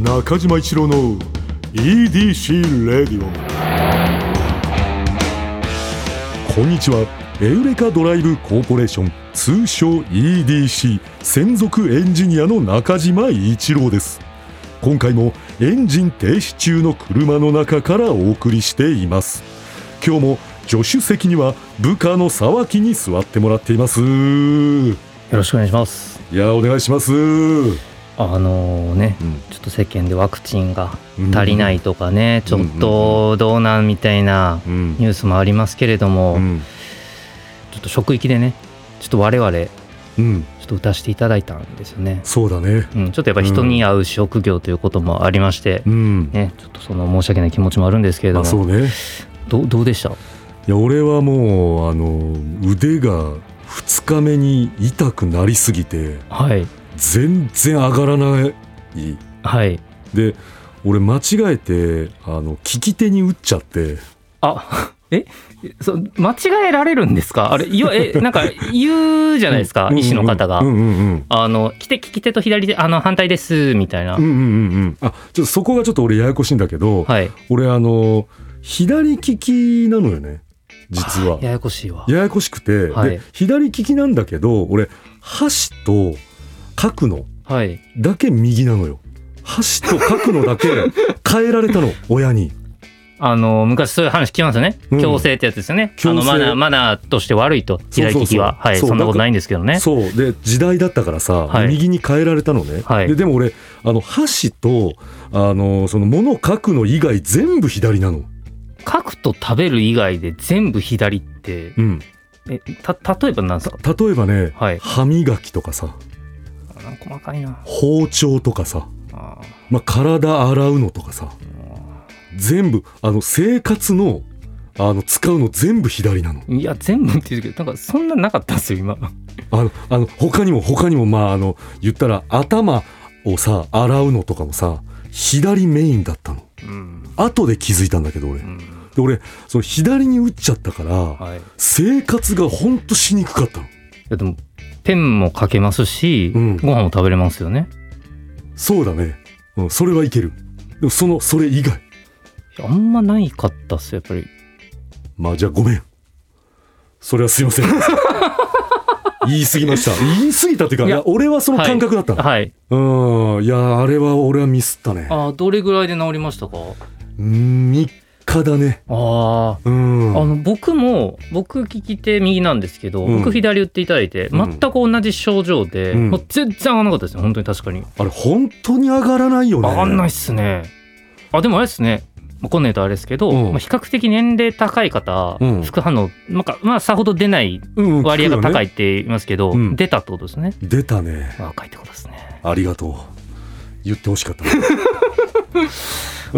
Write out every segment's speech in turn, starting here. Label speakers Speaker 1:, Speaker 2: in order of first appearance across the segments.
Speaker 1: 中島一郎の EDC レディオこんにちはエウレカドライブコーポレーション通称 EDC 専属エンジニアの中島一郎です今回もエンジン停止中の車の中からお送りしています今日も助手席には部下の沢木に座ってもらっています
Speaker 2: よろしくお願いします。
Speaker 1: いやお願いします
Speaker 2: あのね、
Speaker 1: うん
Speaker 2: ちょっと世間でワクチンが足りないとかね、ちょっとどうなんみたいな
Speaker 1: うん
Speaker 2: ニュースもありますけれども、
Speaker 1: うん
Speaker 2: ちょっと職域でね、ちょっと我々、ちょ
Speaker 1: うん
Speaker 2: っと打たせていただいたんですよね。
Speaker 1: そうだね
Speaker 2: うん、ちょっとやっぱ人に会う職業ということもありまして、
Speaker 1: うん
Speaker 2: ね、ちょっとその申し訳ない気持ちもあるんですけれど
Speaker 1: あそ
Speaker 2: も、
Speaker 1: うね
Speaker 2: どうどうでした
Speaker 1: いや俺はもうあの腕が2日目に痛くなりすぎて
Speaker 2: はい、
Speaker 1: 全然上がらない
Speaker 2: はい。
Speaker 1: で俺間違えてあの利き手に打っちゃって
Speaker 2: あえそ間違えられるんですかあれ、いわえ、なんか言うじゃないですか、医師の方が。
Speaker 1: うんうんうん
Speaker 2: あの、来て、利き手と左手、あの、反対です、みたいな。
Speaker 1: うんうんうんうんあちょっとそこがちょっと俺ややこしいんだけど、
Speaker 2: はい。
Speaker 1: 俺あの左利きなのよね実は
Speaker 2: あややこしいわ。
Speaker 1: ややこしくて、
Speaker 2: はい
Speaker 1: で左利きなんだけど俺箸と書くの
Speaker 2: はい。
Speaker 1: だけ右なのよ箸と書くのだけ変えられ たの親に
Speaker 2: あの、昔そういう話聞きますよね。
Speaker 1: うん
Speaker 2: 強制ってやつですよね。
Speaker 1: 強制
Speaker 2: あの、マナー、マナーとして悪いと。左利き
Speaker 1: そうそうそ
Speaker 2: は。
Speaker 1: う
Speaker 2: はい。
Speaker 1: そう
Speaker 2: そん
Speaker 1: だ
Speaker 2: なこ
Speaker 1: か
Speaker 2: と
Speaker 1: ら
Speaker 2: ないんですけどね。
Speaker 1: そうで時代だったからさ、
Speaker 2: はい
Speaker 1: 右に変えられたのね、
Speaker 2: はい
Speaker 1: ででも俺あの箸とあのその物書くの以外全部左なの、
Speaker 2: 書くと食べる以外で全部左って、
Speaker 1: うん、
Speaker 2: え、た、例えばなんですか
Speaker 1: た例えばね、
Speaker 2: はい
Speaker 1: 歯磨きとかさ
Speaker 2: あなんか細かいな。
Speaker 1: 包丁とかさ、
Speaker 2: あ
Speaker 1: まあ、体洗うのとかさ全部あの生活のあの使うの全部左なの
Speaker 2: ーいや、全部って言うけど、なんかそんななかったんですよ、今。
Speaker 1: あのあの他にも他にもまああの言ったら頭をさ洗うのとかもさ左メインだったの
Speaker 2: うん。
Speaker 1: 後で気づいたんだけど俺
Speaker 2: う
Speaker 1: で
Speaker 2: ん。
Speaker 1: 俺その左に打っちゃったから
Speaker 2: はい。い
Speaker 1: 生活がほんとしにくかったの
Speaker 2: や、でも、ペンも書けますし、
Speaker 1: うん
Speaker 2: ご飯も食べれますよね。
Speaker 1: そうだね、うん、それはいけるでもそのそれ以外
Speaker 2: いやあんまないかったっすよ、やっぱり。
Speaker 1: まあじゃあごめんそれはすい ません言い過ぎました言い過ぎたっていうかい
Speaker 2: いや
Speaker 1: や俺はその感覚だったの、
Speaker 2: はい。
Speaker 1: うんいやあれは俺はミスったね
Speaker 2: あーどれぐらいで治りましたか
Speaker 1: 3日だね
Speaker 2: あ
Speaker 1: う
Speaker 2: あ
Speaker 1: ん
Speaker 2: の僕も僕利き手右なんですけど、
Speaker 1: うん
Speaker 2: 僕左打っていただいて
Speaker 1: うん
Speaker 2: 全く同じ症状で、
Speaker 1: うん
Speaker 2: もう全然上がんなかったですね本当に確かに
Speaker 1: あれ本当に上がらないよ
Speaker 2: 上
Speaker 1: ね
Speaker 2: がんないっすねあでもあれっすねまあこんな言うとあれですけど、
Speaker 1: うん
Speaker 2: まあ、比較的年齢高い方、
Speaker 1: うん
Speaker 2: 副反応なんかまあさほど出ない
Speaker 1: うん
Speaker 2: 割合が高い
Speaker 1: い、
Speaker 2: って言いますけど、
Speaker 1: うん
Speaker 2: 出たってことですね
Speaker 1: 出たね
Speaker 2: 若いってことですね、
Speaker 1: ありがとう言ってほしかっ た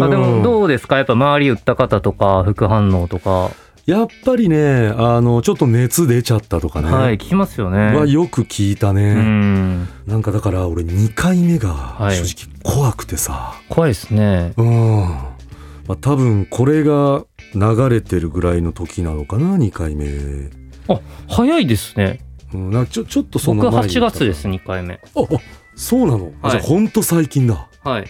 Speaker 2: あでも
Speaker 1: うん
Speaker 2: どうですかやっぱ周り打った方とか副反応とか、
Speaker 1: やっぱりねあのちょっと熱出ちゃったとかね、
Speaker 2: はい聞きますよね
Speaker 1: はよく聞いた
Speaker 2: う
Speaker 1: ね、
Speaker 2: ん
Speaker 1: なんかだから俺2回目が
Speaker 2: はい
Speaker 1: 正直怖くてさ、
Speaker 2: 怖いですね
Speaker 1: うんまあ、多分これが流れてるぐらいの時なのかな2回目、う
Speaker 2: 早いですね
Speaker 1: ん、なんかちょちょっとそんな
Speaker 2: 僕
Speaker 1: 前に
Speaker 2: 8月です2回目
Speaker 1: ああそうなの、あ
Speaker 2: はい
Speaker 1: じゃあほんと最近だ
Speaker 2: はい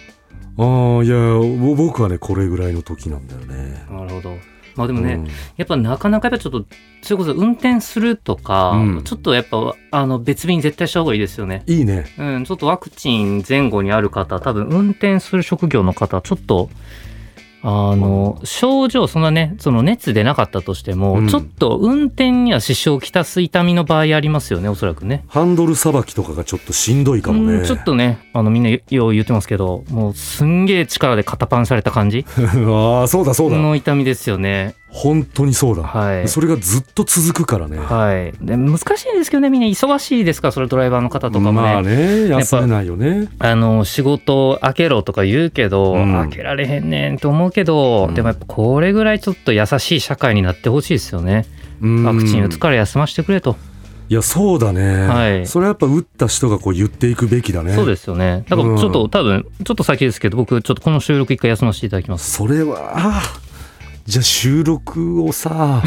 Speaker 1: ああいやぼ僕はねこれぐらいの時なんだよね。
Speaker 2: なるほどまあで
Speaker 1: で
Speaker 2: もね、やっぱなかなかやっぱちょっとそれこそ運転するとか、
Speaker 1: うん
Speaker 2: ちょっとやっぱあの別日に絶対した方がいいですよね
Speaker 1: いいね。
Speaker 2: うんちょっとワクチン前後にある方多分運転する職業の方ちょっとあの症状そんなねその熱出なかったとしても、
Speaker 1: うん
Speaker 2: ちょっと運転には支障をきたす痛みの場合ありますよねおそらくね
Speaker 1: ハンドルさばきとかがちょっとしんどいかも
Speaker 2: うん
Speaker 1: ね。
Speaker 2: ちょっとねあのみんなよう言ってますけどもうすんげえ力で肩パンされた感じ
Speaker 1: ああそうだそうだ。
Speaker 2: の痛みですよね
Speaker 1: 本当にそうだ、
Speaker 2: はい
Speaker 1: それがずっと続くからね。
Speaker 2: はいで難しいですけどねみんな忙しいですからそれドライバーの方とかもね,、
Speaker 1: まあ
Speaker 2: あ、
Speaker 1: ね
Speaker 2: ぱ
Speaker 1: 休めないよね。
Speaker 2: の仕事開けろとか言うけど、
Speaker 1: うん
Speaker 2: 開けられへんねんと思うけど、
Speaker 1: うん
Speaker 2: でもやっぱこれぐらいちょっと優しい社会になってほしいですよね
Speaker 1: ワ
Speaker 2: ワクチン打つから休ませてくれと、
Speaker 1: いやそうだね。
Speaker 2: はい
Speaker 1: それはやっぱ打った人がこう言っていくべきだね。
Speaker 2: そうですよねだからちょっと、
Speaker 1: うん
Speaker 2: 多分ちょっと先ですけど僕ちょっとこの収録一回休ませていただきます
Speaker 1: それはあーじゃあ収録を さ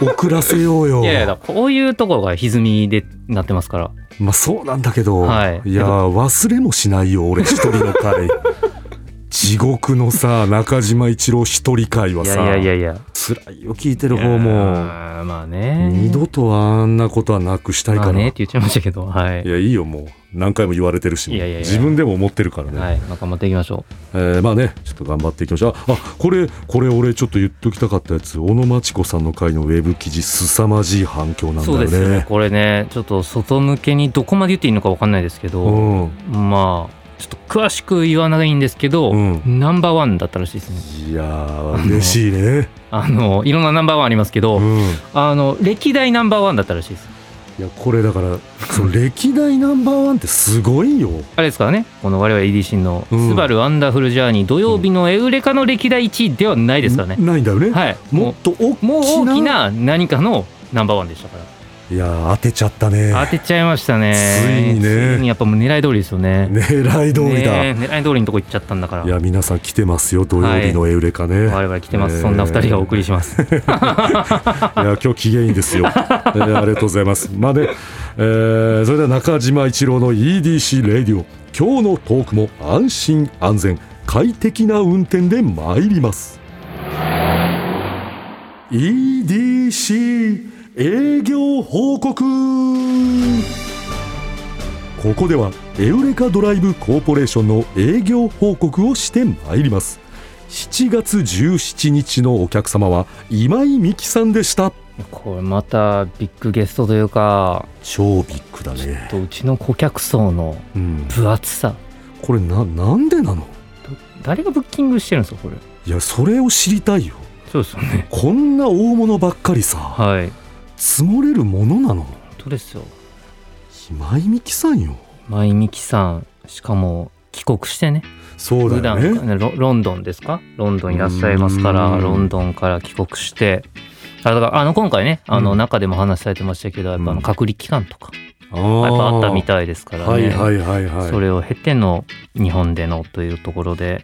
Speaker 1: 遅らせようよ。
Speaker 2: いやいやだからこういうところが歪みでなってますから
Speaker 1: まあそうなんだけど、
Speaker 2: はい
Speaker 1: や忘れもしないよ俺一人の会地獄のさ中島一郎一人会はいさ
Speaker 2: やいやいやいや。
Speaker 1: 辛いよ聞いてる方も
Speaker 2: あーまあね。
Speaker 1: 二度とあんなことはなくしたい
Speaker 2: ま
Speaker 1: か
Speaker 2: あ
Speaker 1: ら、
Speaker 2: ねって言っちゃいましたけど、はい
Speaker 1: い。やいいよもう何回も言われてるし
Speaker 2: いやいやいや
Speaker 1: 自分でも思ってるからね、
Speaker 2: はい。まあ頑張っていきましょ
Speaker 1: えーまあねちょっと頑張っていきましょうああこれこれ俺ちょっと言っときたかったやつ小野真知子さんの回のウェブ記事凄まじい反響
Speaker 2: う。
Speaker 1: なんだ
Speaker 2: そ
Speaker 1: よね
Speaker 2: うですよね。これね、ちょっと外向けにどこまで言っていいのかわかんないですけど、
Speaker 1: うん
Speaker 2: まあ、ちょっと詳しく言わないんですけど、
Speaker 1: うん
Speaker 2: ナンバーワンだったらしいですね。
Speaker 1: いやー嬉しいね
Speaker 2: あの、いろんなナンバーワンありますけど、
Speaker 1: うん
Speaker 2: あの、歴代ナンバーワンだったらしいです。
Speaker 1: いやこれだからその歴代ナンバーワンってすごいよ
Speaker 2: あれですからね、この我々 EDC の「
Speaker 1: うん
Speaker 2: スバルワンダフルジャーニー」土曜日のエウレカの歴代1位ではないですからね。
Speaker 1: ないんだよね、
Speaker 2: はい。
Speaker 1: も
Speaker 2: も
Speaker 1: っと大き
Speaker 2: う、
Speaker 1: な
Speaker 2: もう大きな何かのナンバーワンでしたから。
Speaker 1: いやー当てちゃったね
Speaker 2: 当てちゃいましたね。
Speaker 1: ついにね
Speaker 2: ついにやっぱもう狙い通りですよね。
Speaker 1: 狙い通りだ、
Speaker 2: ねえ狙い通りのとこ行っちゃったんだから。
Speaker 1: いや皆さん来てますよ土曜日のエウレカね、
Speaker 2: 我々来てま
Speaker 1: えー
Speaker 2: す。そんな二人がお送りします。
Speaker 1: いや今日機嫌いいですよ、えーありがとうございますまあね、えーそれでは中島一郎の EDC レディオ今日のトークも安心安全快適な運転で参ります EDC 営業報告ここではエウレカドライブコーポレーションの営業報告をして参ります7月17日のお客様は今井美樹さんでした
Speaker 2: これまたビッグゲストというか、
Speaker 1: 超ビッグだ
Speaker 2: ちょっ
Speaker 1: ね、
Speaker 2: とうちの顧客層の
Speaker 1: うん、
Speaker 2: 分厚さ。
Speaker 1: これななんでなの
Speaker 2: 誰がブッキングしてるんですか、これ。
Speaker 1: いやそれを知りたいよ
Speaker 2: そうですよね。
Speaker 1: こんな大物ばっかりさ
Speaker 2: はい。本
Speaker 1: 積もれるものなの
Speaker 2: 当ですよ。
Speaker 1: 今井美樹さんよ
Speaker 2: 舞美樹さん、しかも帰国してね。
Speaker 1: そう
Speaker 2: 普
Speaker 1: だ
Speaker 2: 段
Speaker 1: よね
Speaker 2: ロロンドンですかロンドンいらっしゃいますから
Speaker 1: うん
Speaker 2: ロンドンから帰国してあだからあの今回ねあ
Speaker 1: う
Speaker 2: の
Speaker 1: ん
Speaker 2: 中でも話されてましたけどやっぱあ
Speaker 1: うん
Speaker 2: の隔離期間とか
Speaker 1: あ
Speaker 2: やっぱあ
Speaker 1: ー
Speaker 2: ったみたいですからね、
Speaker 1: はいはいはいはい
Speaker 2: それを経ての日本でのというところで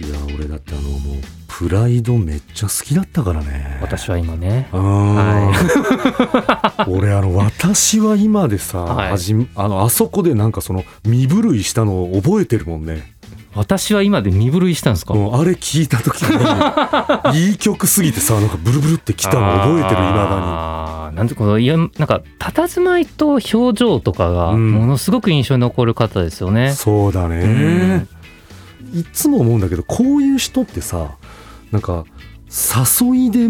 Speaker 1: いや俺だってあのもうプライドめっちゃ好きだったからね
Speaker 2: 私は今ね
Speaker 1: あー、俺あの「私は今」でさ、
Speaker 2: はい
Speaker 1: はじめあのあそこでなんかその身震いしたのを覚えてるもんね
Speaker 2: 私は今で身震いしたんですか
Speaker 1: もうあれ聞いた時にいい曲すぎてさなんかブルブルってきたの覚えてるいま
Speaker 2: あーなんてこのいやなんか佇まいと表情とかが
Speaker 1: うん
Speaker 2: ものすごく印象に残る方ですよ
Speaker 1: だ
Speaker 2: ね
Speaker 1: に、そうだねいつも思うんだけどこういう人ってさなんか誘いで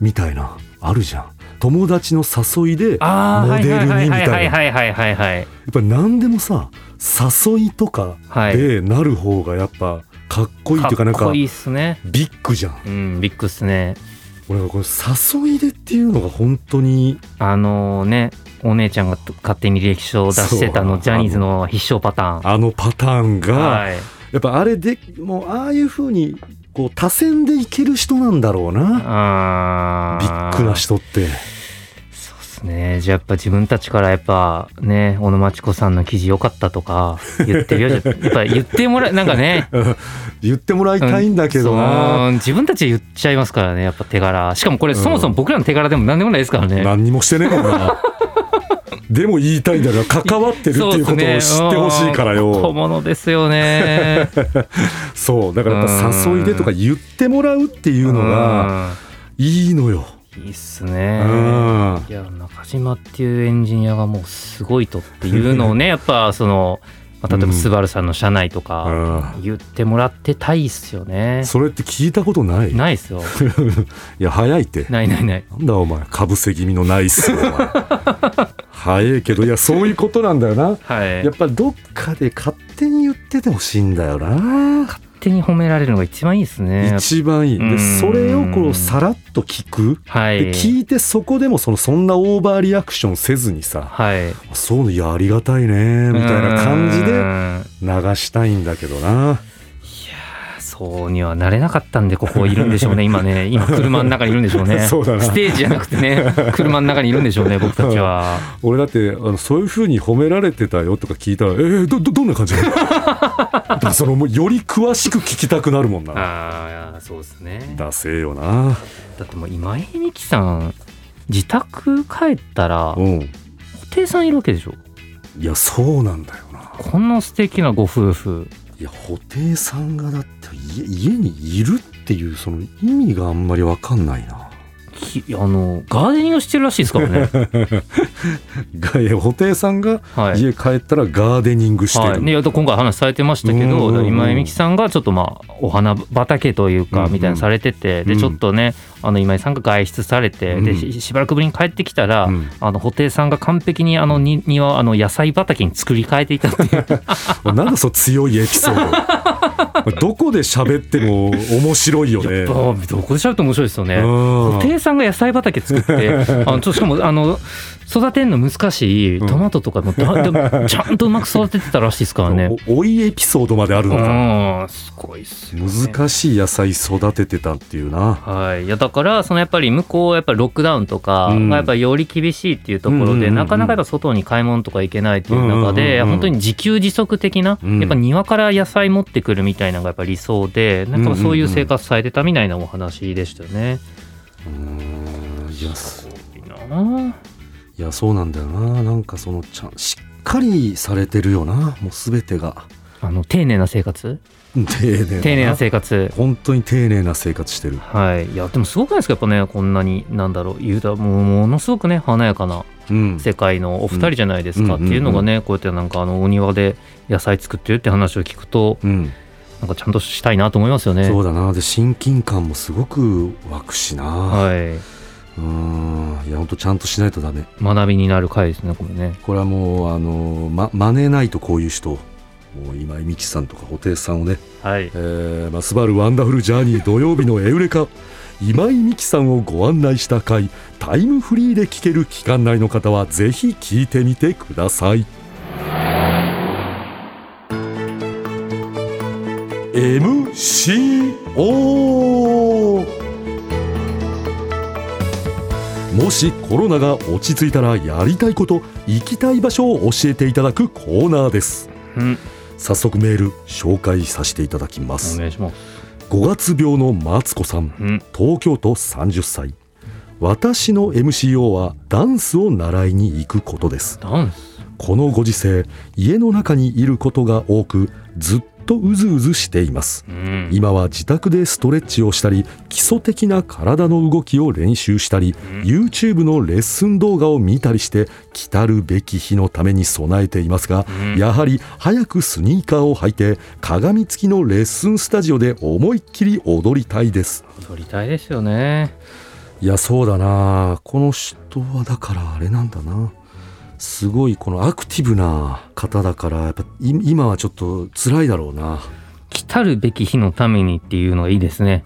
Speaker 1: みたいなあるじゃん友達の誘いでやっ
Speaker 2: ああ
Speaker 1: モ
Speaker 2: はい
Speaker 1: デル
Speaker 2: は
Speaker 1: に
Speaker 2: いはい
Speaker 1: みたいな
Speaker 2: はいはいはいはいはい
Speaker 1: ぱ何でもさ誘いとか
Speaker 2: はい
Speaker 1: でなる方がやっぱかっこいいっていうかなん
Speaker 2: っ
Speaker 1: か
Speaker 2: こいいっすね
Speaker 1: ビッグじゃん
Speaker 2: うんビッグっすね
Speaker 1: 俺なんかこの誘いでっていうのが本当に
Speaker 2: あのねお姉ちゃんが勝手に履歴書を出してたあ
Speaker 1: そう
Speaker 2: のジャニーズの必勝パターン
Speaker 1: あのパターンが、
Speaker 2: はい
Speaker 1: やっぱあれでもうああいう風にこう多線でいける人なんだろうな
Speaker 2: あ
Speaker 1: ビッグな人って
Speaker 2: そうっすねじゃあやっぱ自分たちからやっぱね小野真知子さんの記事良かったとか 言ってるよやっぱ言ってもらえなんかね
Speaker 1: 言ってもらいたいんだけどな、
Speaker 2: そう自分たちで言っちゃいますからねやっぱ手柄しかもこれそもそも僕らの手柄でも何でもないですからね、
Speaker 1: 何にもしてねえもん なでも言いたいんだから関わってるって
Speaker 2: そ
Speaker 1: いうことを知ってほしいから
Speaker 2: うっすねうん小
Speaker 1: よ
Speaker 2: 物ですよ ね
Speaker 1: そうだからやっぱ
Speaker 2: うん
Speaker 1: 誘いでとか言ってもらうっていうのが
Speaker 2: うん
Speaker 1: いいのよ、
Speaker 2: いいっす
Speaker 1: う
Speaker 2: ね。
Speaker 1: ん
Speaker 2: いや中島っていうエンジニアがもうすごいとっていうのを ねやっぱその、まあ、例え
Speaker 1: うん
Speaker 2: ばスバルさんの社内とか
Speaker 1: う
Speaker 2: 言ってもらってたいっすよね
Speaker 1: ん、。それって聞いたことない
Speaker 2: ないっすよ。
Speaker 1: いや早いって
Speaker 2: ないないない。
Speaker 1: なんだお前かぶせ気味のないっすよお前早いけどいやそういうことなんだよな
Speaker 2: はい。
Speaker 1: やっぱどっかで勝手に言っててほしいんだよな。
Speaker 2: 勝手に褒められるのが一番いいっすね。
Speaker 1: 一番いい。
Speaker 2: う
Speaker 1: で、
Speaker 2: ん
Speaker 1: それをこうさらっと聞く。
Speaker 2: は
Speaker 1: で
Speaker 2: い。
Speaker 1: 聞いてそこでもそのそんなオーバーリアクションせずにさ
Speaker 2: はい。
Speaker 1: 「そういうのいやありがたいね」みたいな感じ
Speaker 2: う
Speaker 1: で
Speaker 2: ん
Speaker 1: 流したいんだけどな
Speaker 2: そうにはなれなかったんでここいるんでしょうね 今ね今車の中にいるんでしょうね
Speaker 1: そうだな
Speaker 2: ステージじゃなくて ね車の中にいるんでしょうね僕たちは
Speaker 1: 俺だってあのそういうふうに褒められてたよとか聞いたら「えー、どどどんな感じなの? 」 だからそのもうより詳しく聞きたくなるもんな
Speaker 2: ああそうですね
Speaker 1: ダセえよな
Speaker 2: だってもう今井美樹さん自宅帰ったら
Speaker 1: う
Speaker 2: 布
Speaker 1: ん
Speaker 2: 袋さんいるわけでしょ
Speaker 1: いやそうなんだよな
Speaker 2: この素敵なご夫婦
Speaker 1: いいや布袋さんがだって家家にいるっていうその意味があんまり分かんない な
Speaker 2: きあのガーデニングしてるらしいですからね
Speaker 1: がいや布袋さんが
Speaker 2: はい
Speaker 1: 家帰ったらガーデニングして
Speaker 2: はい
Speaker 1: る、
Speaker 2: ね、やっと今回話されてましたけど、
Speaker 1: うんうんうん
Speaker 2: 今井美樹さんがちょっとまあお花畑という
Speaker 1: うん
Speaker 2: か
Speaker 1: うん
Speaker 2: みたいなのされてて、
Speaker 1: うん
Speaker 2: でちょっとねあの今井さんが外出されて、
Speaker 1: う
Speaker 2: で
Speaker 1: ん
Speaker 2: ししばらくぶりに帰ってきたら、
Speaker 1: うん
Speaker 2: あの布袋さんが完璧にあのに庭をあの野菜畑に作り変えていたっ ていう
Speaker 1: なんだその強いエピソー ドどこで喋っても面白いよね
Speaker 2: どこで喋っても面白いですよね。
Speaker 1: うん
Speaker 2: 布袋さんが野菜畑作って、あのちょしかもあの育てるの難しいトマトとかもだ、でもちゃんとうまく育ててたらしいですから ね。
Speaker 1: お老いエピソードまである
Speaker 2: う
Speaker 1: のか、
Speaker 2: ん、すごいっすよ、ね。
Speaker 1: 難しい野菜育ててたっていうな
Speaker 2: はい、いやだからそのやっぱり向こうはやっぱりロックダウンとか
Speaker 1: うん
Speaker 2: がやっぱりより厳しいっていうとこ
Speaker 1: うんう
Speaker 2: ろ
Speaker 1: んうんう
Speaker 2: で
Speaker 1: ん
Speaker 2: なかなかやっぱ外に買い物とか行けないっていう中
Speaker 1: うんうんうんう
Speaker 2: で
Speaker 1: ん
Speaker 2: 本当に自給自足的な
Speaker 1: うん
Speaker 2: やっぱ庭から野菜持ってくるみたいなのがやっぱ理想でなんかそういう生活されてたみたいなお話でしたよね。
Speaker 1: うんいやそ
Speaker 2: いいない
Speaker 1: やそうなんだよななんかそのちゃんしっかりされてるよなもう全てが
Speaker 2: あの丁寧な生活
Speaker 1: 丁寧だな
Speaker 2: 丁寧な生活
Speaker 1: 本当に丁寧な生活してる
Speaker 2: はいいやでもすごくないですかやっぱねこんなになんだろう言うたらもうものすごくね華やかな
Speaker 1: うん
Speaker 2: 世界のお二人じゃないですか
Speaker 1: う
Speaker 2: っ
Speaker 1: ん
Speaker 2: ていうのがねこうやってなんかあのお庭で野菜作ってるって話を聞くと
Speaker 1: うん
Speaker 2: なんかちゃんとしたいなと思いますよね。
Speaker 1: そうだなで親近感もすごく湧くしな、
Speaker 2: はい、
Speaker 1: うんいやほんとちゃんとしないとダメ
Speaker 2: 学びになる回ですねこれね。
Speaker 1: これはもうあのま真似ないとこういう人もう今井美樹さんとか布袋さんをね
Speaker 2: はい
Speaker 1: え、ーまあ、スバルワンダフルジャーニー土曜日のエウレカ今井美樹さんをご案内した回タイムフリーで聴ける期間内の方はぜひ聞いてみてください
Speaker 3: MCO
Speaker 1: もしコロナが落ち着いたらやりたいこと行きたい場所を教えていただくコーナーです
Speaker 2: うん、
Speaker 1: 早速メール紹介させていただきま
Speaker 2: お
Speaker 1: す
Speaker 2: 願いします。
Speaker 1: 5月病のマツコさん
Speaker 2: うん、
Speaker 1: 東京都30歳私の MCO はダンスを習いに行くことです
Speaker 2: ダンス。
Speaker 1: このご時世家の中にいることが多くずっとうずうずしています
Speaker 2: うん、
Speaker 1: 今は自宅でストレッチをしたり基礎的な体の動きを練習したり YouTube のレッスン動画を見たりして来たるべき日のために備えていますが
Speaker 2: うん
Speaker 1: やはり早くスニーカーを履いて鏡付きのレッスンスタジオで思いっきり踊りたいです
Speaker 2: 踊りたいですよね。
Speaker 1: いやそうだなこの人はだからあれなんだなすごいこのアクティブな方だからやっぱい今はちょっと辛いだろうな
Speaker 2: 来たるべき日のためにっていうのがいいですね。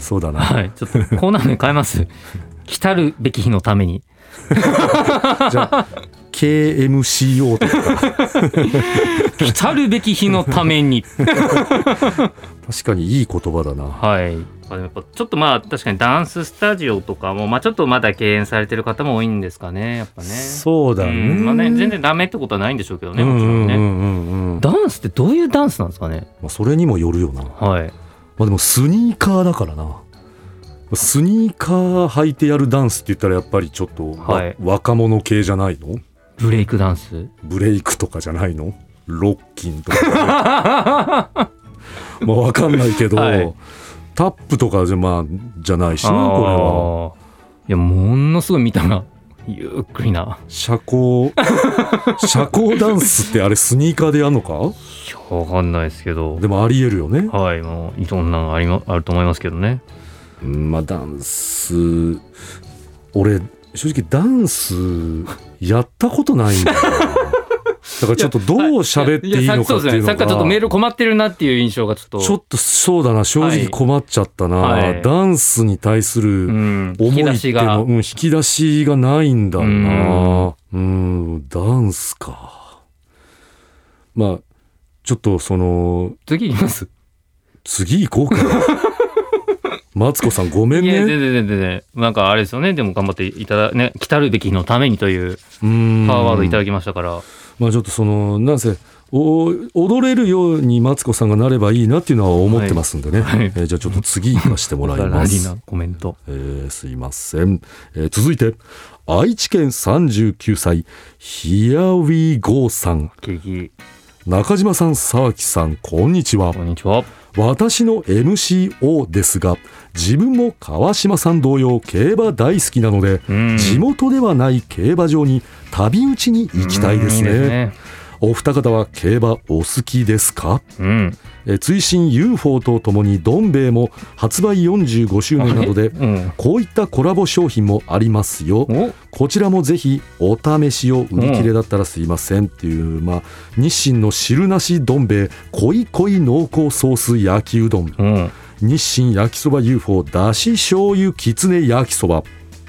Speaker 1: そうだな
Speaker 2: はい、ちょっとコーナー名変えます。来たるべき日のために。
Speaker 1: じゃあ KMCO とか
Speaker 2: 来たるべき日のために。
Speaker 1: 確かにいい言葉だな
Speaker 2: はい。まあ、でもやっぱちょっとまあ確かにダンススタジオとかも、まあ、ちょっとまだ敬遠されてる方も多いんですかねやっぱね。
Speaker 1: そうだね,、
Speaker 2: うんまあ、ね全然ダメってことはないんでしょうけど
Speaker 1: う
Speaker 2: ね
Speaker 1: ん
Speaker 2: も
Speaker 1: う
Speaker 2: ちろん
Speaker 1: ん
Speaker 2: ね。
Speaker 1: うんうんうんま
Speaker 2: ダンスってどういうダンスなんですかね
Speaker 1: あ、それにもよるよなま
Speaker 2: はい。
Speaker 1: あでもスニーカーだからなスニーカー履いてやるダンスって言ったらやっぱりちょっと、わ
Speaker 2: はい
Speaker 1: 若者系じゃないの
Speaker 2: ブレイクダンス。
Speaker 1: ブレイクとかじゃないのロッキンと かまあわかんないけど、
Speaker 2: はい
Speaker 1: タップとかじゃ,、まあ、じゃないしなこれは
Speaker 2: あーいや、ものすごい見たな。ゆっくりな。
Speaker 1: 社 交社交ダンスってあれスニーカーでやんのか
Speaker 2: いやわかんないですけど。
Speaker 1: でもありえるよね、
Speaker 2: はい、もういろんなのありまあると思いますけどね。
Speaker 1: うんまあダンス俺正直ダンスやったことないんだよだからちょっとどう喋っていいのかっていうのが
Speaker 2: さっきちょっとメール困ってるなっていう印象がちょっと。
Speaker 1: ちょっとそうだな正
Speaker 2: は
Speaker 1: 直
Speaker 2: い
Speaker 1: 困っちゃったな、
Speaker 2: はい
Speaker 1: ダンスに対す
Speaker 2: う
Speaker 1: る
Speaker 2: ん、
Speaker 1: 思い
Speaker 2: 引き出
Speaker 1: ってい
Speaker 2: し
Speaker 1: うの、
Speaker 2: が
Speaker 1: うん、引き出しがないんだなうんダンスかまあちょっとその
Speaker 2: 次いきます
Speaker 1: 次行こう かマツコさんごめん
Speaker 2: いや、全
Speaker 1: ね
Speaker 2: 然全然全然。なんかあれですよね。でも頑張っていただ、ね、来たるべきのためにという
Speaker 1: うん
Speaker 2: パワーワードいただきましたから。
Speaker 1: まあちょっとそのなんせお踊れるようにマツコさんがなればいいなっていうのは思ってますんでね、
Speaker 2: はいはい
Speaker 1: えーじゃあちょっと次行かしてもらいま
Speaker 2: ラリ
Speaker 1: す
Speaker 2: ー なコメント。
Speaker 1: えーすいません、えー続いて愛知県39歳 Here we go さん
Speaker 2: ケーキ。
Speaker 1: 中島さん沢木さんこんにちは
Speaker 2: こんにちは。
Speaker 1: 私の MCO ですが自分も川島さん同様競馬大好きなので、
Speaker 2: うん
Speaker 1: 地元ではない競馬場に旅打ちに行きたいですね
Speaker 2: うんいいですね。
Speaker 1: お二方は競馬お好きですか
Speaker 2: うん。
Speaker 1: えー追伸 UFO とともにどん兵衛も発売45周年などで
Speaker 2: うん。
Speaker 1: こういったコラボ商品もありますよ
Speaker 2: お
Speaker 1: こちらもぜひお試しを売り切れだったらすいませんっていう、まあ、日清の汁なしどん兵衛濃い濃い濃厚ソース焼きうどん
Speaker 2: うん。
Speaker 1: 日清焼きそば UFO だし醤油きつね焼きそば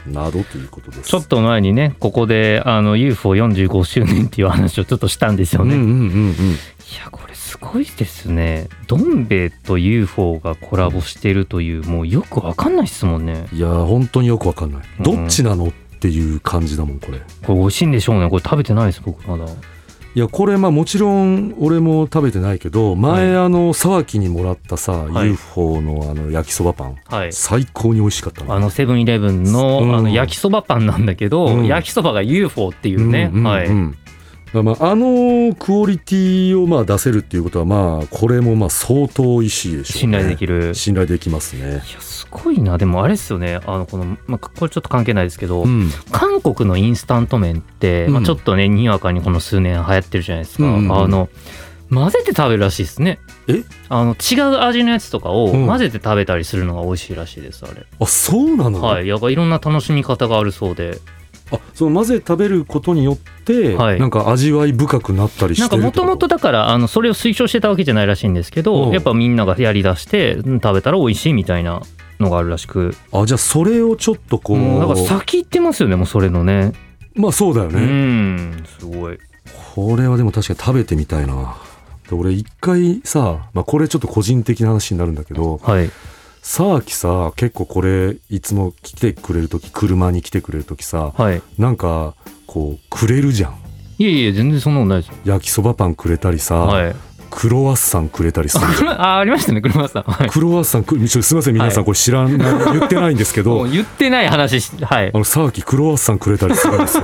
Speaker 1: などということです
Speaker 2: ちょっと前にね、ここで、あの、UFO45 周年っていう話をちょっとしたんですよ
Speaker 1: うん
Speaker 2: ね。
Speaker 1: う
Speaker 2: い
Speaker 1: んうんうん
Speaker 2: や、これすごいですね。どん兵衛と UFO がコラボしてるという、もうよくわかんないですもんね。
Speaker 1: いやー本当によくわかんない、
Speaker 2: うん
Speaker 1: どっちなのっていう感じだもんこれ
Speaker 2: これ美味しいんでしょうね。これ食べてないです、僕まだ。
Speaker 1: いやこれまあもちろん俺も食べてないけど前あの沢木にもらったさ、
Speaker 2: はい
Speaker 1: UFO のあの焼きそばパン
Speaker 2: はい。
Speaker 1: 最高に美味しかったな
Speaker 2: あのセブンイレブンの,、
Speaker 1: うん
Speaker 2: あの焼きそばパンなんだけど、
Speaker 1: うん
Speaker 2: 焼きそばが UFO っていうね、
Speaker 1: うんうんうん
Speaker 2: はい、
Speaker 1: だからまあ、あのクオリティをまあ出せるっていうことはまあこれもまあ相当美味しいでしょう
Speaker 2: 信
Speaker 1: ね
Speaker 2: 頼できる。
Speaker 1: 信頼できますね
Speaker 2: いやすごいなでもあれですよねあのこの、まあ、これちょっと関係ないですけど、
Speaker 1: うん
Speaker 2: 韓国のインスタント麺って、ま
Speaker 1: う
Speaker 2: あ、
Speaker 1: ん
Speaker 2: ちょっとねにわかにこの数年流行ってるじゃないですか、
Speaker 1: うんうんうん
Speaker 2: あの混ぜて食べるらしいですね
Speaker 1: え
Speaker 2: あの違う味のやつとかを
Speaker 1: うん
Speaker 2: 混ぜて食べたりするのが美味しいらしいですあれ、
Speaker 1: あそうなの、
Speaker 2: はいやっぱいろんな楽しみ方があるそうで
Speaker 1: あその混ぜ食べることによって、
Speaker 2: はい
Speaker 1: なんか味わい深くなったりしてる
Speaker 2: な
Speaker 1: っ
Speaker 2: ん
Speaker 1: て
Speaker 2: か
Speaker 1: こと
Speaker 2: もともとだからあのそれを推奨してたわけじゃないらしいんですけ
Speaker 1: うん
Speaker 2: どやっぱみんながやりだしてうん食べたら美味しいみたいなのがあるらしく
Speaker 1: あじゃあそれをちょっとこう、
Speaker 2: うんなんか先行ってますよねもうそれのね
Speaker 1: まあそうだよ
Speaker 2: う
Speaker 1: ね、
Speaker 2: んすごい
Speaker 1: これはでも確かに食べてみたいなで俺一回さ、まあ、これちょっと個人的な話になるんだけど
Speaker 2: はい
Speaker 1: 沢木さ結構これいつも来てくれる時車に来てくれる時さ
Speaker 2: はい
Speaker 1: なんかこうくれるじゃん
Speaker 2: いやいや全然そんなことないですよ
Speaker 1: 焼きそばパンくれたりさ、
Speaker 2: はい
Speaker 1: クロワッサンくれたりする
Speaker 2: あ車あありましたね車さんはい
Speaker 1: クロワッサンくちょすみません皆さ
Speaker 2: は
Speaker 1: んこれ知らん、言ってないんですけど
Speaker 2: もう言ってない話しはい
Speaker 1: あの沢木クロワッサンくれたりするんです よ。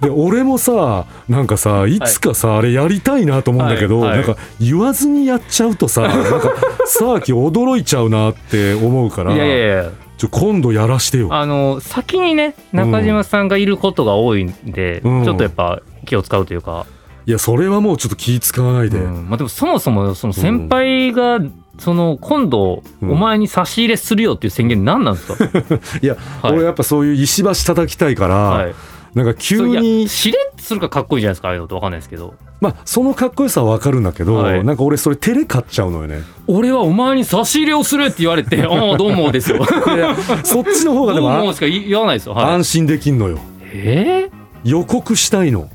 Speaker 1: で俺もさなんかさいつかさ、あれやりたいなと思うんだけど、
Speaker 2: はいはい
Speaker 1: なんか言わずにやっちゃうとさなんか沢木驚いちゃうなって思うから
Speaker 2: いやいやいや
Speaker 1: ちょ今度やらしてよ。
Speaker 2: あの先にね中島さんがいることが多いんで、
Speaker 1: うん
Speaker 2: ちょっとやっぱ気を使うというか、
Speaker 1: いやそれはもうちょっと気使わないで、
Speaker 2: うんまあ、でもそもそもその先輩がその今度
Speaker 1: うん
Speaker 2: お前に差し入れするよっていう宣言何なんですか、
Speaker 1: いや、
Speaker 2: はい
Speaker 1: 俺やっぱそういう石橋叩きたいから、
Speaker 2: はい、
Speaker 1: なんか急
Speaker 2: そうい
Speaker 1: に
Speaker 2: やしれっとするからかっこいいじゃないですかああいうのって分かんないですけど
Speaker 1: まあそのかっこよさはわかるんだけど、
Speaker 2: はい
Speaker 1: なんか俺それ照れ買っちゃうのよ ね。
Speaker 2: 俺はお前に差し入れをするって言われて 「ああどうも」ですよ
Speaker 1: いやそっちの方
Speaker 2: ど
Speaker 1: がで
Speaker 2: う
Speaker 1: も
Speaker 2: もしか言わないですよ、はい、
Speaker 1: 安心できんのよ。
Speaker 2: え
Speaker 1: 予告したいの。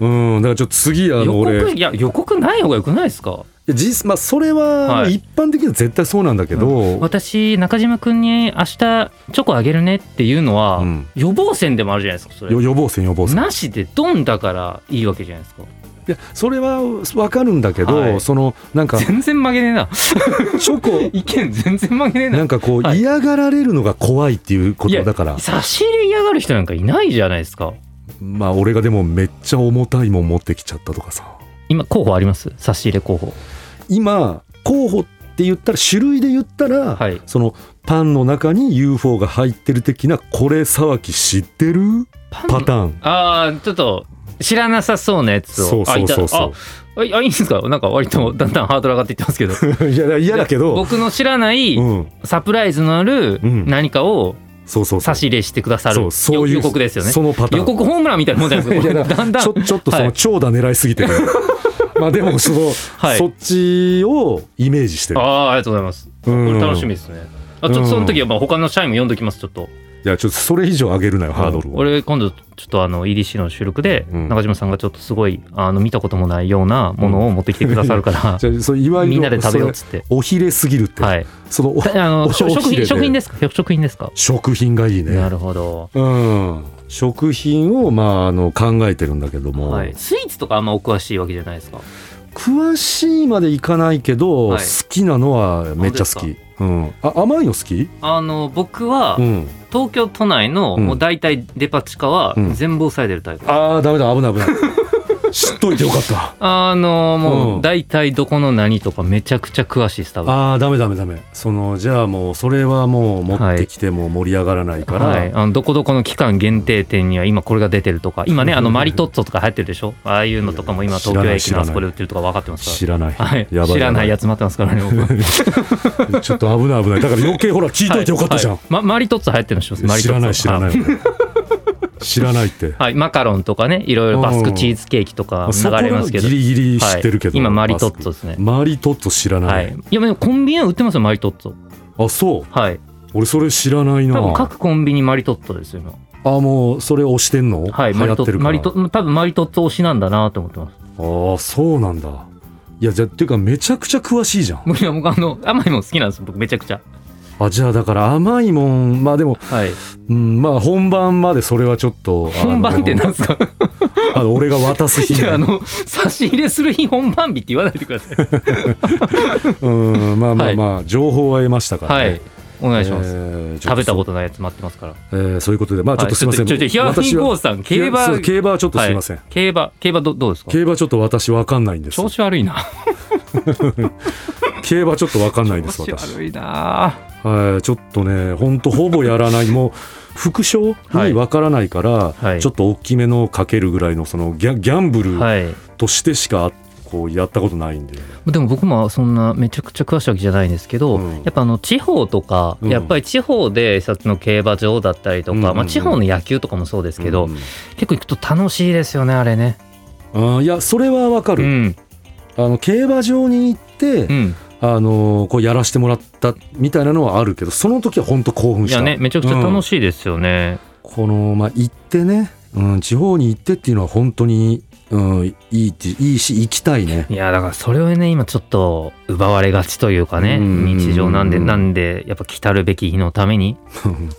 Speaker 1: うん、だからちょっと次あの
Speaker 2: ー、予
Speaker 1: 俺
Speaker 2: 告いや予告ない方がよくないですか
Speaker 1: 実まあそれは
Speaker 2: はい
Speaker 1: 一般的には絶対そうなんだけど、
Speaker 2: 私中島君に明日チョコあげるねっていうのは、
Speaker 1: うん
Speaker 2: 予防線でもあるじゃないですかそれ
Speaker 1: よ予防線予防線
Speaker 2: なしでドンだからいいわけじゃないですか
Speaker 1: いやそれはわかるんだけど、
Speaker 2: はい
Speaker 1: そのなん かチ
Speaker 2: 全然曲げねえな
Speaker 1: ョ コ
Speaker 2: 意見全然曲げねえな
Speaker 1: なんかこう
Speaker 2: はい
Speaker 1: 嫌がられるのが怖いっていうこ
Speaker 2: い
Speaker 1: と
Speaker 2: や
Speaker 1: だから
Speaker 2: 差し入れ嫌がる人なんかいないじゃないですか
Speaker 1: まあ俺がでもめっちゃ重たいもん持ってきちゃったとかさ
Speaker 2: 今候補あります差し入れ候補
Speaker 1: 今候補って言ったら種類で言ったら、
Speaker 2: はい
Speaker 1: そのパンの中に UFO が入ってる的なこれ沢木知ってる
Speaker 2: パ
Speaker 1: パターン、
Speaker 2: ああちょっと知らなさそうなやつを
Speaker 1: そうそうそう
Speaker 2: あ
Speaker 1: そ
Speaker 2: いたああいいんですかなんか割とだんだんハードル上がっていってますけど
Speaker 1: ういや嫌だけど、
Speaker 2: 僕の知らない
Speaker 1: うん、
Speaker 2: サプライズのある
Speaker 1: うん
Speaker 2: 何かを
Speaker 1: そうそうそう
Speaker 2: 差し入れしてくださる、
Speaker 1: そうそういう
Speaker 2: 予告ですよね
Speaker 1: そのパターン
Speaker 2: 予告ホームランみたいなもんじゃないで す
Speaker 1: いや
Speaker 2: か
Speaker 1: だ
Speaker 2: これだんだん
Speaker 1: ちょちょっとそ
Speaker 2: は
Speaker 1: の
Speaker 2: い
Speaker 1: 長打狙いすぎてる、 まあでもその、
Speaker 2: はい
Speaker 1: そっちをイメージしてる
Speaker 2: ああありがとうございます
Speaker 1: うん
Speaker 2: これ楽しみですねあちょっとその時はまあ他の社員も読んどきますちょっと
Speaker 1: いやちょっとそれ以上上げるなよハードルを、
Speaker 2: 俺今度ちょっとあの EDC の収録で
Speaker 1: うん
Speaker 2: 中島さんがちょっとすごいあの見たこともないようなものを持ってきてくださるから
Speaker 1: じゃあそれいわゆる
Speaker 2: みんなで食べようっ
Speaker 1: そ
Speaker 2: つって
Speaker 1: れおひれすぎるって、
Speaker 2: はい
Speaker 1: そのお
Speaker 2: あの
Speaker 1: お
Speaker 2: 食
Speaker 1: おひれ
Speaker 2: 品
Speaker 1: で
Speaker 2: 食品ですか食品ですか
Speaker 1: 食品がいい
Speaker 2: な
Speaker 1: ね
Speaker 2: るほど
Speaker 1: うん食品をまああの考えてるんだけども、
Speaker 2: はいスイーツとかあんまお詳しいわけじゃないですか
Speaker 1: 詳しいまでいかないけど、
Speaker 2: はい
Speaker 1: 好きなのはめっちゃ好
Speaker 2: 本当
Speaker 1: きうん、あ甘いの好き、
Speaker 2: あの僕は
Speaker 1: うん、
Speaker 2: 東京都内の
Speaker 1: うん
Speaker 2: もう大体デパ地下は
Speaker 1: うん
Speaker 2: 全部押さえてるタイプ、
Speaker 1: ああダメだ危ない危ない 知っといてよかった
Speaker 2: あの
Speaker 1: う
Speaker 2: も
Speaker 1: ん
Speaker 2: う大体どこの何とかめちゃくちゃ詳しいです多分
Speaker 1: ああダメダメダメそのじゃあもうそれはもう持ってきても盛り上がらないから、
Speaker 2: はい、あのどこどこの期間限定店には今これが出てると か今ねあのマリトッツォとか流行ってるでしょああいうのとかも今東京駅のあそこで売ってるとか分かってますか
Speaker 1: 知らない、
Speaker 2: ら、はい、
Speaker 1: やばい
Speaker 2: 知らないや
Speaker 1: つ
Speaker 2: つ待ってますから ね僕
Speaker 1: ちょっと危ない危ないだから余計ほら聞いといてよかったじゃん、
Speaker 2: はいはいまマリトッツォ流行ってるの知ってますマリ
Speaker 1: 知
Speaker 2: トッ
Speaker 1: ら
Speaker 2: ツ
Speaker 1: な
Speaker 2: ォ
Speaker 1: い知ら
Speaker 2: は
Speaker 1: ないい知らないって
Speaker 2: はい、マカロンとかねいろいろバスクチーズケーキとか流
Speaker 1: そこ
Speaker 2: れますけど
Speaker 1: ギリギリ知ってるけど、
Speaker 2: はい今マリトッツォですね
Speaker 1: マリトッツォ知らな、
Speaker 2: はいい、いやでもコンビニは売ってますよマリトッツォ
Speaker 1: あそう
Speaker 2: はい
Speaker 1: 俺それ知らないな
Speaker 2: 多分各コンビニマリトッツォですよ今
Speaker 1: あもうそれ押してんの、
Speaker 2: はい
Speaker 1: 流行
Speaker 2: マリ
Speaker 1: っ
Speaker 2: ト
Speaker 1: て
Speaker 2: ッツ
Speaker 1: るか
Speaker 2: ォマ
Speaker 1: ら
Speaker 2: リト多分マリトッツォ推しなんだなと思ってます
Speaker 1: ああそうなんだいやじゃっていうかめちゃくちゃ詳しいじゃん
Speaker 2: もういや僕あの甘いもん好きなんです僕めちゃくちゃ
Speaker 1: あじゃあだから甘いもんまあでも、
Speaker 2: はい
Speaker 1: うん、まあ本番までそれはちょっとあの
Speaker 2: 本番ってなんです か
Speaker 1: あの俺が渡す日
Speaker 2: い
Speaker 1: ね
Speaker 2: やあの差し入れする日本番日って言わないでください
Speaker 1: うんまあまあまあ、情報は得ましたから、
Speaker 2: は
Speaker 1: ね、
Speaker 2: いお願いします、
Speaker 1: えーちょっ
Speaker 2: 食べたこととないやつ待ってますから
Speaker 1: そう、えーそういうことでまあちょっとすいません、
Speaker 2: はい、ちょちょちょヒアフィンゴーさん競馬
Speaker 1: そう競馬はちょっとすいません、
Speaker 2: はい、競馬競馬どどうですか
Speaker 1: 競馬ちょっと私わかんないんです
Speaker 2: 調子悪いな
Speaker 1: 競馬ちょっとわかんないで
Speaker 2: 調
Speaker 1: す
Speaker 2: 子
Speaker 1: 私
Speaker 2: 悪いな
Speaker 1: はいちょっとねほんとほぼやらないもう副賞にわからないから、
Speaker 2: はい
Speaker 1: ちょっと大きめのかけるぐらいのそのギャギャンブル
Speaker 2: はい
Speaker 1: としてしかこうやったことないんで、
Speaker 2: でも僕もそんなめちゃくちゃ詳しいわけじゃないんですけど、
Speaker 1: うん
Speaker 2: やっぱあの地方とか、
Speaker 1: うん
Speaker 2: やっぱり地方で一冊の競馬場だったりとか、
Speaker 1: うんうんうん
Speaker 2: まあ、地方の野球とかもそうですけど、
Speaker 1: うん
Speaker 2: 結構行くと楽しいですよねあれね。
Speaker 1: あーいやそれはわか
Speaker 2: う
Speaker 1: る、
Speaker 2: ん
Speaker 1: あの競馬場に行って、
Speaker 2: うん、
Speaker 1: あのーこうやらしてもらったみたいなのはあるけどその時は本当興奮
Speaker 2: い
Speaker 1: した
Speaker 2: やねめちゃくちゃ
Speaker 1: うん
Speaker 2: 楽しいですよね。
Speaker 1: この、まあ、行ってね、うん、地方に行ってっていうのは本当に、うん、いいっていいし行きたいね
Speaker 2: いやだからそれをね今ちょっと奪われがちというかね、
Speaker 1: うん
Speaker 2: 日常なんでなんでやっぱ来たるべき日のために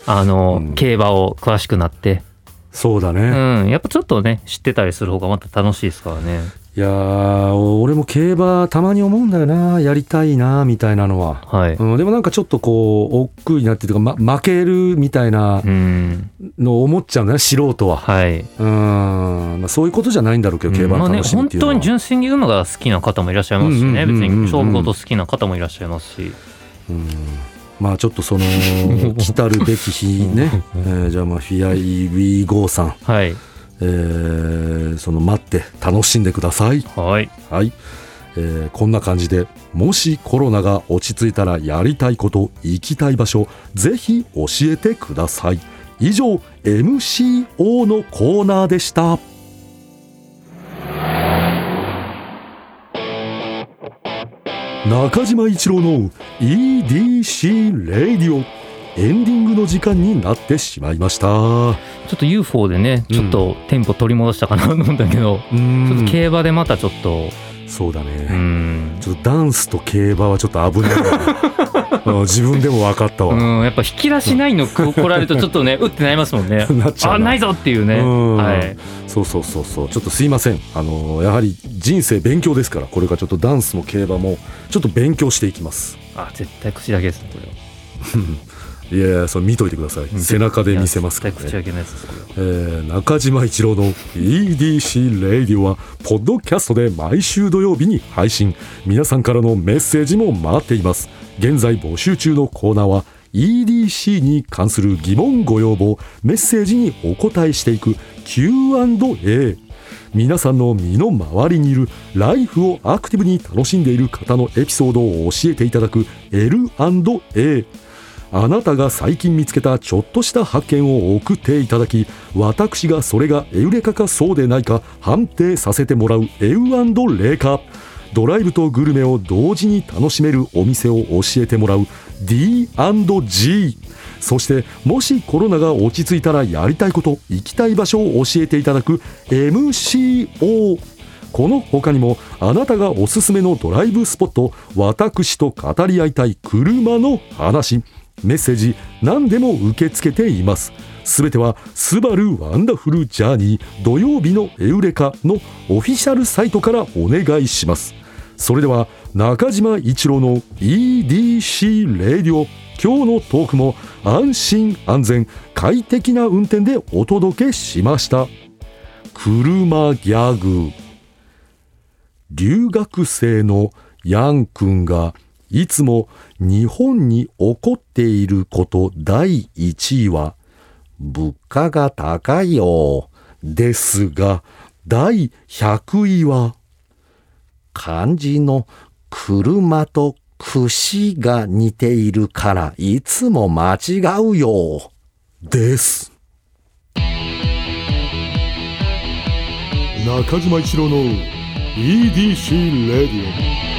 Speaker 2: あの、
Speaker 1: うん
Speaker 2: 競馬を詳しくなって、
Speaker 1: そうだね、
Speaker 2: う
Speaker 1: い
Speaker 2: ん、やっぱちょっとね知ってたりする方がまた楽しいですからね。
Speaker 1: やー俺も競馬たまに思うんだよなやりたいなみたいなのは、
Speaker 2: はい、
Speaker 1: うん、でもなんかちょっとこう億劫になってとか、ま、負けるみたいな
Speaker 2: うん、
Speaker 1: のを思っちゃうんだね素人は、
Speaker 2: はい
Speaker 1: うんまあ、そういうことじゃないんだろうけど競馬
Speaker 2: ま
Speaker 1: の
Speaker 2: あね
Speaker 1: 楽しみっ
Speaker 2: 本
Speaker 1: ていうの
Speaker 2: 当
Speaker 1: は、
Speaker 2: に純粋に馬が好きな方もいらっしゃいますし
Speaker 1: うん
Speaker 2: ね、
Speaker 1: うんうんうん
Speaker 2: 別に勝負事好きな方もいらっしゃいますし、
Speaker 1: うんまあちょっとその 来たるべき日ね、えーじゃあまあフィアイウィーゴーさん、
Speaker 2: はい
Speaker 1: えーその待って楽しんでください
Speaker 2: はい
Speaker 1: はい、えーこんな感じでもしコロナが落ち着いたらやりたいこと行きたい場所ぜひ教えてください以上 MCO のコーナーでした中島一郎の EDC レディオエンディングの時間になってしまいましたう
Speaker 2: ちょっと UFO でね
Speaker 1: うん
Speaker 2: ちょっとテンポ取り戻したかなと思うんだけど、ちょっと
Speaker 1: ん
Speaker 2: 競馬でまたちょっと
Speaker 1: そうだね、
Speaker 2: うん
Speaker 1: ちょっとダンスと競馬はちょっと危ないな うん自分でも分かったわ、
Speaker 2: うんやっぱ引き出しないの 来られるとちょっとね打ってなりますもんね
Speaker 1: なっちゃう
Speaker 2: あないぞっていうね
Speaker 1: うん
Speaker 2: はい
Speaker 1: そうそうそうそうちょっとすいませんあのやはり人生勉強ですからこれからちょっとダンスも競馬もちょっと勉強していきます
Speaker 2: あ絶対口だけですねこれはい
Speaker 1: やいやそれ見といてください背中で見せますから
Speaker 2: 絶
Speaker 1: ね、
Speaker 2: 対口だけのやつですこれは
Speaker 1: えー中島一郎の EDC レイディオはポッドキャストで毎週土曜日に配信皆さんからのメッセージも待っています現在募集中のコーナーは EDC に関する疑問ご要望メッセージにお答えしていく Q&A 皆さんの身の回りにいるライフをアクティブに楽しんでいる方のエピソードを教えていただく L&A あなたが最近見つけたちょっとした発見を送っていただき私がそれがエウレカかそうでないか判定させてもらうエウレカドライブとグルメを同時に楽しめるお店を教えてもらう D&G そしてもしコロナが落ち着いたらやりたいこと行きたい場所を教えていただく MCO この他にもあなたがおすすめのドライブスポット私と語り合いたい車の話メッセージ何でも受け付けていますすべては「スバルワンダフルジャーニー土曜日のエウレカ」のオフィシャルサイトからお願いしますそれでは中島一郎の EDC レディオ今日のトークも安心安全快適な運転でお届けしました車ギャグ留学生のヤン君がいつも日本に起こっていること第1位は物価が高いよですが第100位は漢字の車と串が似ているからいつも間違うよです
Speaker 3: 中島一郎の EDC レディオ